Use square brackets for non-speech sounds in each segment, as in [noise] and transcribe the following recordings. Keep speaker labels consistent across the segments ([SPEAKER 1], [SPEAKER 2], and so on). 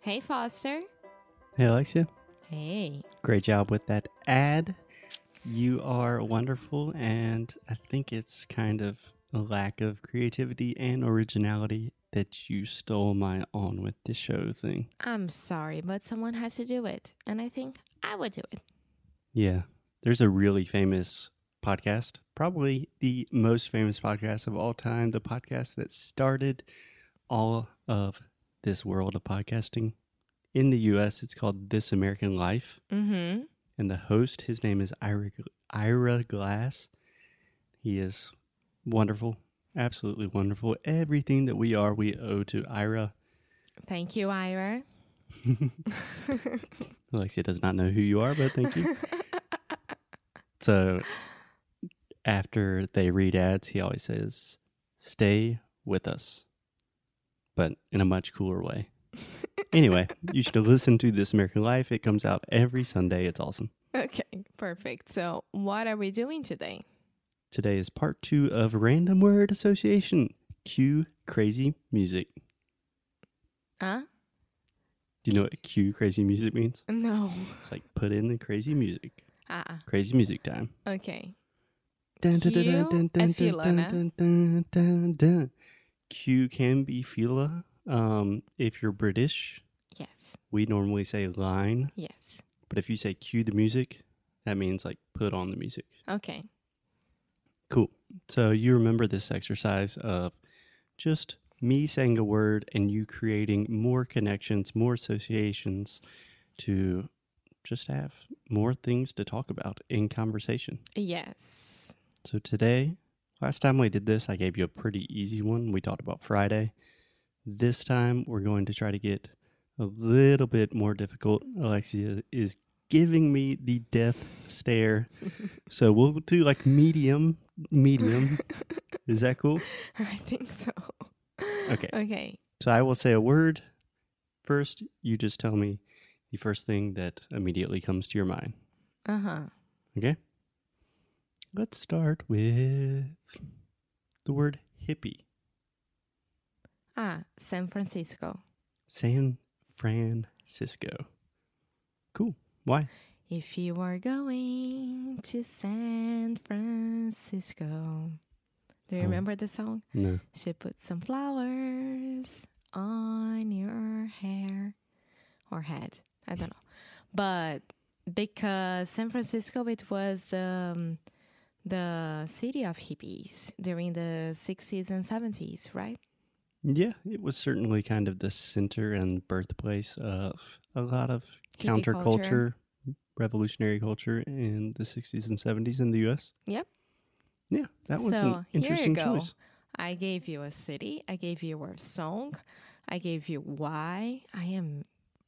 [SPEAKER 1] Hey, Foster.
[SPEAKER 2] Hey, Alexia.
[SPEAKER 1] Hey.
[SPEAKER 2] Great job with that ad. You are wonderful, and I think it's kind of a lack of creativity and originality that you stole my on with the show thing.
[SPEAKER 1] I'm sorry, but someone has to do it. And I think I would do it.
[SPEAKER 2] Yeah. There's a really famous podcast, probably the most famous podcast of all time, the podcast that started all of this world of podcasting. In the US, it's called This American Life.
[SPEAKER 1] Mm hmm.
[SPEAKER 2] And the host, his name is Ira, Ira Glass. He is wonderful, absolutely wonderful. Everything that we are, we owe to Ira. [laughs]
[SPEAKER 1] Thank you, Ira.
[SPEAKER 2] Alexia does not know who you are, but thank
[SPEAKER 1] [laughs]
[SPEAKER 2] you. so after they read ads, he always says, Stay with us, but in a much cooler way. anyway, you should listen to This American Life. It comes out every Sunday. It's awesome.
[SPEAKER 1] okay, perfect. So, what are we doing today?
[SPEAKER 2] Today is part two of Random Word Association. Cue crazy music.
[SPEAKER 1] Huh?
[SPEAKER 2] Do you know what cue crazy music means?
[SPEAKER 1] No.
[SPEAKER 2] It's like put in the crazy music.
[SPEAKER 1] Ah,
[SPEAKER 2] Crazy music time.
[SPEAKER 1] okay.
[SPEAKER 2] Dun, dun, dun,
[SPEAKER 1] Cue
[SPEAKER 2] dun, dun,
[SPEAKER 1] and
[SPEAKER 2] dun,
[SPEAKER 1] Fila,
[SPEAKER 2] dun,
[SPEAKER 1] no?
[SPEAKER 2] dun, dun, dun, dun. Q can be Fila. Um, if you're British,
[SPEAKER 1] Yes.
[SPEAKER 2] we normally say line,
[SPEAKER 1] Yes.
[SPEAKER 2] but if you say cue the music, that means like put on the music.
[SPEAKER 1] Okay.
[SPEAKER 2] Cool. So you remember this exercise of just me saying a word and you creating more connections, more associations to just have more things to talk about in conversation.
[SPEAKER 1] Yes.
[SPEAKER 2] So today, last time we did this, I gave you a pretty easy one. We talked about Friday. This time, we're going to try to get a little bit more difficult. Alexia is giving me the death stare. so we'll do like medium, medium. is that cool?
[SPEAKER 1] [laughs] I think so.
[SPEAKER 2] Okay.
[SPEAKER 1] Okay.
[SPEAKER 2] So I will say a word. First, you just tell me the first thing that immediately comes to your mind.
[SPEAKER 1] Uh huh.
[SPEAKER 2] Okay? Let's start with the word hippie.
[SPEAKER 1] Ah, San Francisco.
[SPEAKER 2] San Francisco. Cool. Why?
[SPEAKER 1] If you are going to San Francisco, do you
[SPEAKER 2] Oh.
[SPEAKER 1] remember the song?
[SPEAKER 2] No.
[SPEAKER 1] Should put some flowers on your hair or head. I don't know. But because San Francisco, it was um, the city of hippies during the 60s and 70s, right?
[SPEAKER 2] Yeah, it was certainly kind of the center and birthplace of a lot of
[SPEAKER 1] Hippie
[SPEAKER 2] counterculture,
[SPEAKER 1] culture.
[SPEAKER 2] revolutionary culture in the 60s and 70s in the US.
[SPEAKER 1] Yep.
[SPEAKER 2] Yeah, that was
[SPEAKER 1] So,
[SPEAKER 2] an
[SPEAKER 1] here you
[SPEAKER 2] interesting
[SPEAKER 1] go.
[SPEAKER 2] choice.
[SPEAKER 1] I gave you a city, I gave you a song, I gave you why. I am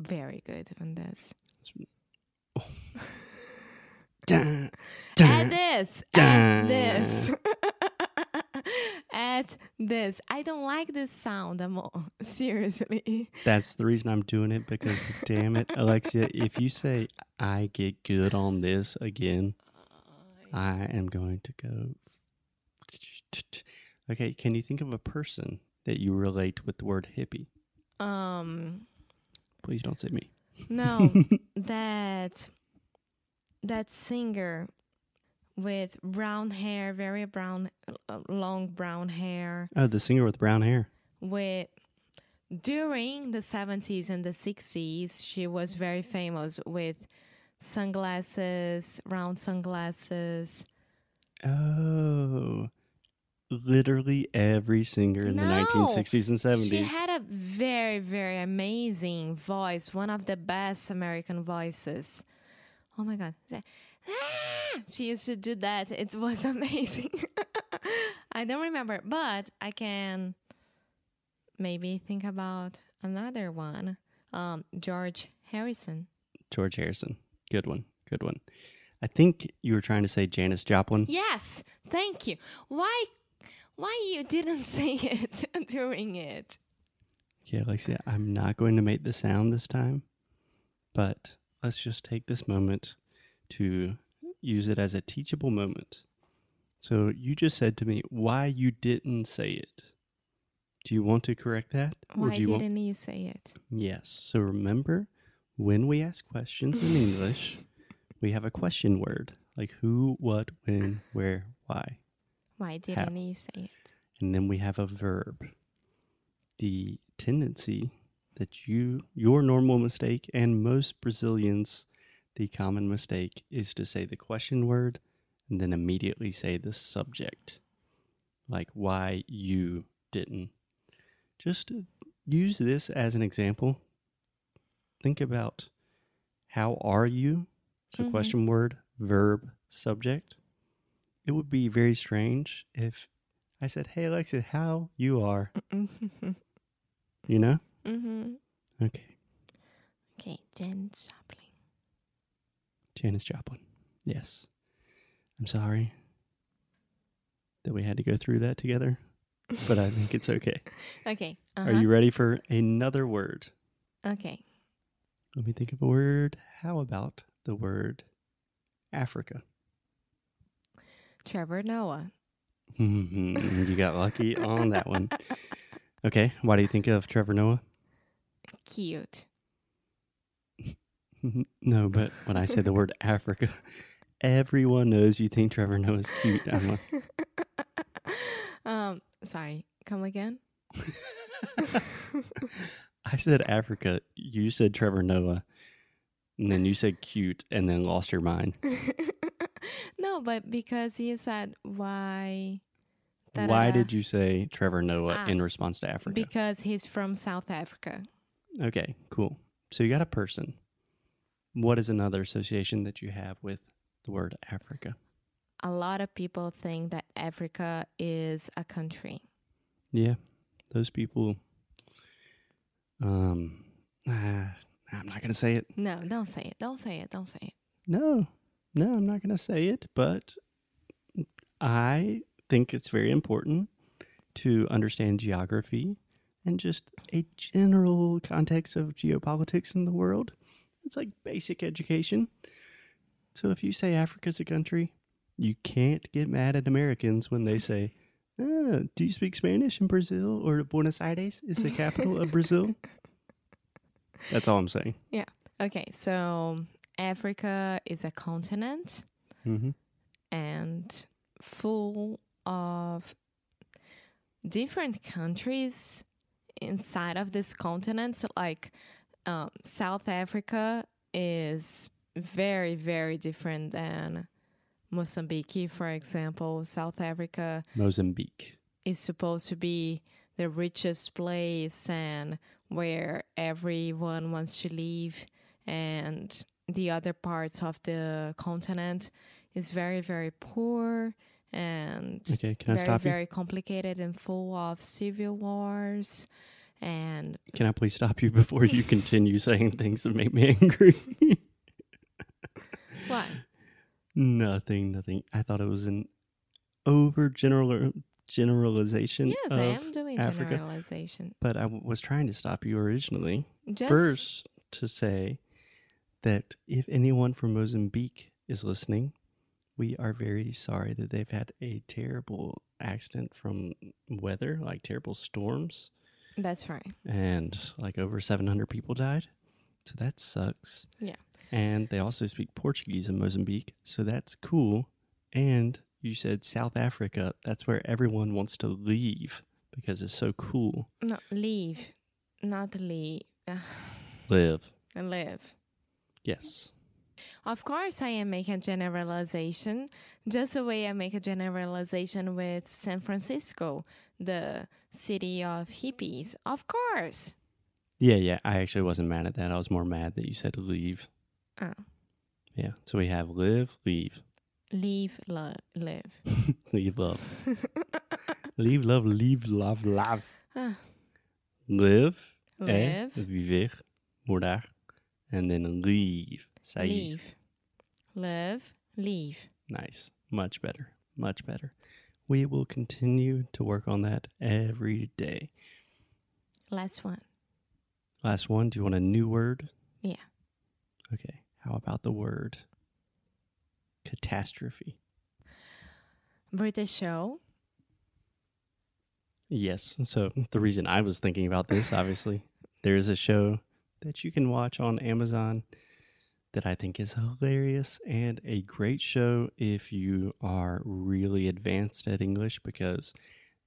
[SPEAKER 1] very good on this. [laughs]
[SPEAKER 2] Dun,
[SPEAKER 1] at
[SPEAKER 2] dun.
[SPEAKER 1] this
[SPEAKER 2] Dun.
[SPEAKER 1] at this [laughs] at this i don't like this sound i'm [laughs] seriously
[SPEAKER 2] That's the reason I'm doing it because, damn it, Alexia, if you say I get good on this again, I am going to go. Okay, can you think of a person that you relate with the word hippie?
[SPEAKER 1] um
[SPEAKER 2] Please don't say me. [laughs]
[SPEAKER 1] no that that singer with brown hair very brown uh, long brown hair
[SPEAKER 2] oh, the singer with brown hair.
[SPEAKER 1] with during the 70s and the 60s she was very famous with sunglasses round sunglasses
[SPEAKER 2] Oh, literally every singer in
[SPEAKER 1] No.
[SPEAKER 2] the 1960s and 70s.
[SPEAKER 1] She had a very, very amazing voice, one of the best American voices. Oh my God. Is that- Ah! She used to do that. It was [laughs] amazing. I don't remember, but I can maybe think about another one. Um, George Harrison.
[SPEAKER 2] George Harrison. Good one. Good one. I think you were trying to say Janis Joplin.
[SPEAKER 1] Yes, thank you. Why, why you didn't [laughs] say it during it?
[SPEAKER 2] Okay, Alexia, I'm not going to make the sound this time, but let's just take this moment to use it as a teachable moment. So you just said to me why you didn't say it. Do you want to correct that?
[SPEAKER 1] Why
[SPEAKER 2] do you want-
[SPEAKER 1] didn't you say it?
[SPEAKER 2] Yes. So remember, when we ask questions in English, we have a question word like who, what, when, where, why.
[SPEAKER 1] Why didn't you say it?
[SPEAKER 2] And then we have a verb. The tendency that you, your normal mistake, and most Brazilians, the common mistake is to say the question word and then immediately say the subject, like why you didn't. Just use this as an example. Think about how are you? So,
[SPEAKER 1] Mhm.
[SPEAKER 2] question word, verb, subject. It would be very strange if I said, "Hey Alexa, how you are?"
[SPEAKER 1] mm-hmm.
[SPEAKER 2] You know? Okay,
[SPEAKER 1] Okay, Jen Joplin.
[SPEAKER 2] Janis Joplin. Yes, I'm sorry that we had to go through that together, but I think it's okay.
[SPEAKER 1] Okay. uh-huh.
[SPEAKER 2] Are you ready for another word?
[SPEAKER 1] Okay.
[SPEAKER 2] Let me think of a word. How about the word Africa?
[SPEAKER 1] Trevor Noah.
[SPEAKER 2] Mhm, you got lucky on that one. Okay, why do you think of Trevor Noah? [laughs]
[SPEAKER 1] Cute.
[SPEAKER 2] no, but when I say the word Africa, everyone knows you think Trevor Noah's cute. Emma.
[SPEAKER 1] [laughs] um, sorry. Come again? [laughs]
[SPEAKER 2] [laughs] I said Africa. You said Trevor Noah. And then you said cute and then lost your mind.
[SPEAKER 1] no, but because you said why
[SPEAKER 2] Why did you say Trevor Noah
[SPEAKER 1] Ah,
[SPEAKER 2] in response to Africa?
[SPEAKER 1] Because he's from South Africa.
[SPEAKER 2] okay, cool. So you got a person. What is another association that you have with the word Africa?
[SPEAKER 1] A lot of people think that Africa is a country.
[SPEAKER 2] Yeah, those people. Um, [sighs] ah, I'm not going to say it.
[SPEAKER 1] No, don't say it. Don't say it. Don't say it.
[SPEAKER 2] No, no, I'm not going to say it, but I think it's very important to understand geography and just a general context of geopolitics in the world. It's like basic education. So if you say Africa's a country, you can't get mad at Americans when they say, oh, Do you speak Spanish in Brazil or Buenos Aires is the capital of
[SPEAKER 1] [laughs]
[SPEAKER 2] Brazil? That's all I'm saying.
[SPEAKER 1] Okay, so Africa is a continent
[SPEAKER 2] Mm-hmm.
[SPEAKER 1] and full of different countries inside of this continent. So, like um, South Africa is very, very different than Mozambique, for example. South Africa
[SPEAKER 2] Mozambique.
[SPEAKER 1] is supposed to be the richest place and where everyone wants to live and the other parts of the continent is very very poor and
[SPEAKER 2] Okay, can I
[SPEAKER 1] very
[SPEAKER 2] stop you?
[SPEAKER 1] very complicated and full of civil wars and
[SPEAKER 2] Can I please stop you before you continue saying things that make me angry?
[SPEAKER 1] what
[SPEAKER 2] nothing, nothing. I thought it was an over general generalization.
[SPEAKER 1] yes
[SPEAKER 2] of,
[SPEAKER 1] i am doing
[SPEAKER 2] uh, Africa.
[SPEAKER 1] generalization
[SPEAKER 2] But I w- was trying to stop you originally
[SPEAKER 1] just
[SPEAKER 2] first to say that if anyone from Mozambique is listening, we are very sorry that they've had a terrible accident from weather, like terrible storms.
[SPEAKER 1] that's right
[SPEAKER 2] and like over 700 people died. So that sucks.
[SPEAKER 1] Yeah.
[SPEAKER 2] And they also speak Portuguese in Mozambique. So that's cool. And you said South Africa. That's where everyone wants to leave because it's so cool.
[SPEAKER 1] no leave not leave [sighs]
[SPEAKER 2] Live.
[SPEAKER 1] and live
[SPEAKER 2] Yes.
[SPEAKER 1] Of course, I am making a generalization, just the way I make a generalization with San Francisco, the city of hippies. Of course.
[SPEAKER 2] Yeah, yeah. I actually wasn't mad at that. I was more mad that you said leave.
[SPEAKER 1] Oh.
[SPEAKER 2] Yeah. So we have live, leave,
[SPEAKER 1] Leave, lo- live.
[SPEAKER 2] leave love. leave love, leave love, love.
[SPEAKER 1] Ah,
[SPEAKER 2] Live, eh,
[SPEAKER 1] live,
[SPEAKER 2] viver, morar, and then leave. Sair.
[SPEAKER 1] leave. Live, leave.
[SPEAKER 2] Nice. Much better. Much better. We will continue to work on that every day.
[SPEAKER 1] Last one.
[SPEAKER 2] Last one. Do you want a new word?
[SPEAKER 1] Yeah.
[SPEAKER 2] Okay. How about the word catastrophe?
[SPEAKER 1] British show.
[SPEAKER 2] Yes. So the reason I was thinking about this, obviously, there is a show that you can watch on Amazon that I think is hilarious and a great show if you are really advanced at English because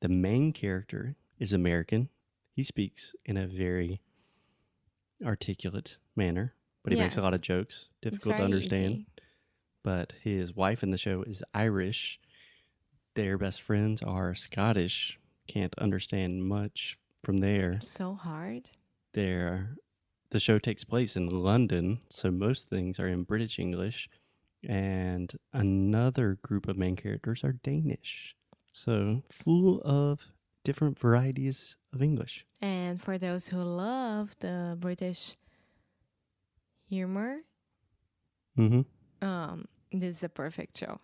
[SPEAKER 2] the main character is American. He speaks in a very articulate manner, but he makes a lot
[SPEAKER 1] Yes.
[SPEAKER 2] of jokes,
[SPEAKER 1] It's
[SPEAKER 2] difficult to
[SPEAKER 1] very
[SPEAKER 2] understand
[SPEAKER 1] easy.
[SPEAKER 2] but his wife in the show is Irish. Their best friends are Scottish. Can't understand much from there.
[SPEAKER 1] So hard.
[SPEAKER 2] There, the show takes place in London, so most things are in British English, and another group of main characters are Danish. So full of different varieties of English.
[SPEAKER 1] And for those who love the British humor,
[SPEAKER 2] Mm-hmm.
[SPEAKER 1] um, this is a perfect show.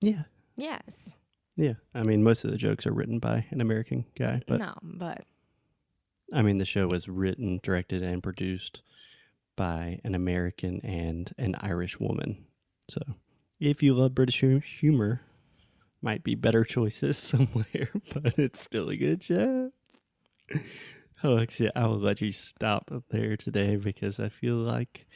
[SPEAKER 2] Yeah,
[SPEAKER 1] Yes.
[SPEAKER 2] yeah. I mean, most of the jokes are written by an American guy, but
[SPEAKER 1] no, but [laughs]
[SPEAKER 2] I mean, the show was written, directed, and produced by an American and an Irish woman. So, if you love British hu- humor, might be better choices [laughs] somewhere, but it's still a good show. [laughs] Alexia, I will let you stop there today because I feel like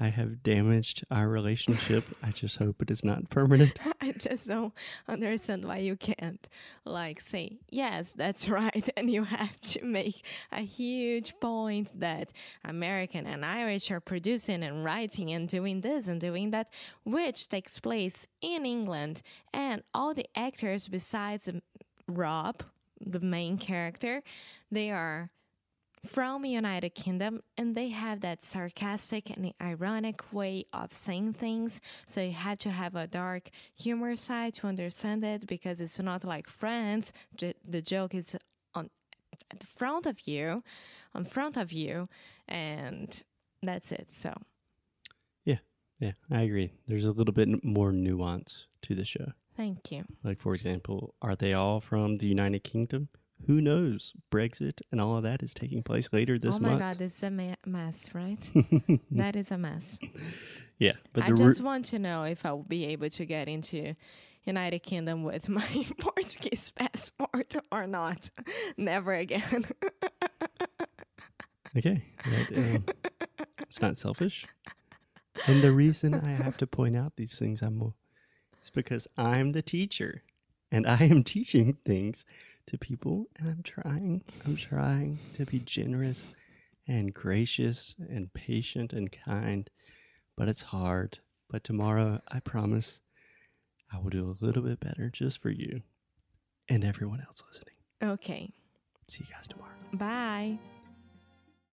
[SPEAKER 2] I have damaged our relationship. I just hope it is not permanent. [laughs]
[SPEAKER 1] I just don't understand why you can't like say yes, that's right, [laughs] and you have to make a huge point that American and Irish are producing and writing and doing this and doing that, which takes place in England, and all the actors besides um, Rob, the main character, they are from United Kingdom and they have that sarcastic and ironic way of saying things so you have to have a dark humor side to understand it because it's not like friends J- the joke is on at the front of you on front of you and that's it so
[SPEAKER 2] Yeah, I agree. There's a little bit more nuance to the show.
[SPEAKER 1] thank you
[SPEAKER 2] Like, for example, are they all from the United Kingdom? Who knows? Brexit and all of that is taking place later this
[SPEAKER 1] oh my
[SPEAKER 2] month.
[SPEAKER 1] god this is a ma- mess right that is a mess
[SPEAKER 2] [laughs] Yeah, but
[SPEAKER 1] i
[SPEAKER 2] the
[SPEAKER 1] just
[SPEAKER 2] root.
[SPEAKER 1] want to know if i'll be able to get into united kingdom with [laughs] my portuguese passport or not never again [laughs]
[SPEAKER 2] okay, that, um, it's not selfish. And the reason I have to point out these things, I'm more, is because I'm the teacher, and I am [laughs] teaching things to people, and I'm trying, I'm trying to be generous, and gracious, and patient, and kind, but it's hard. But tomorrow, I promise, I will do a little bit better just for you, and everyone else listening.
[SPEAKER 1] okay
[SPEAKER 2] See you guys tomorrow.
[SPEAKER 1] bye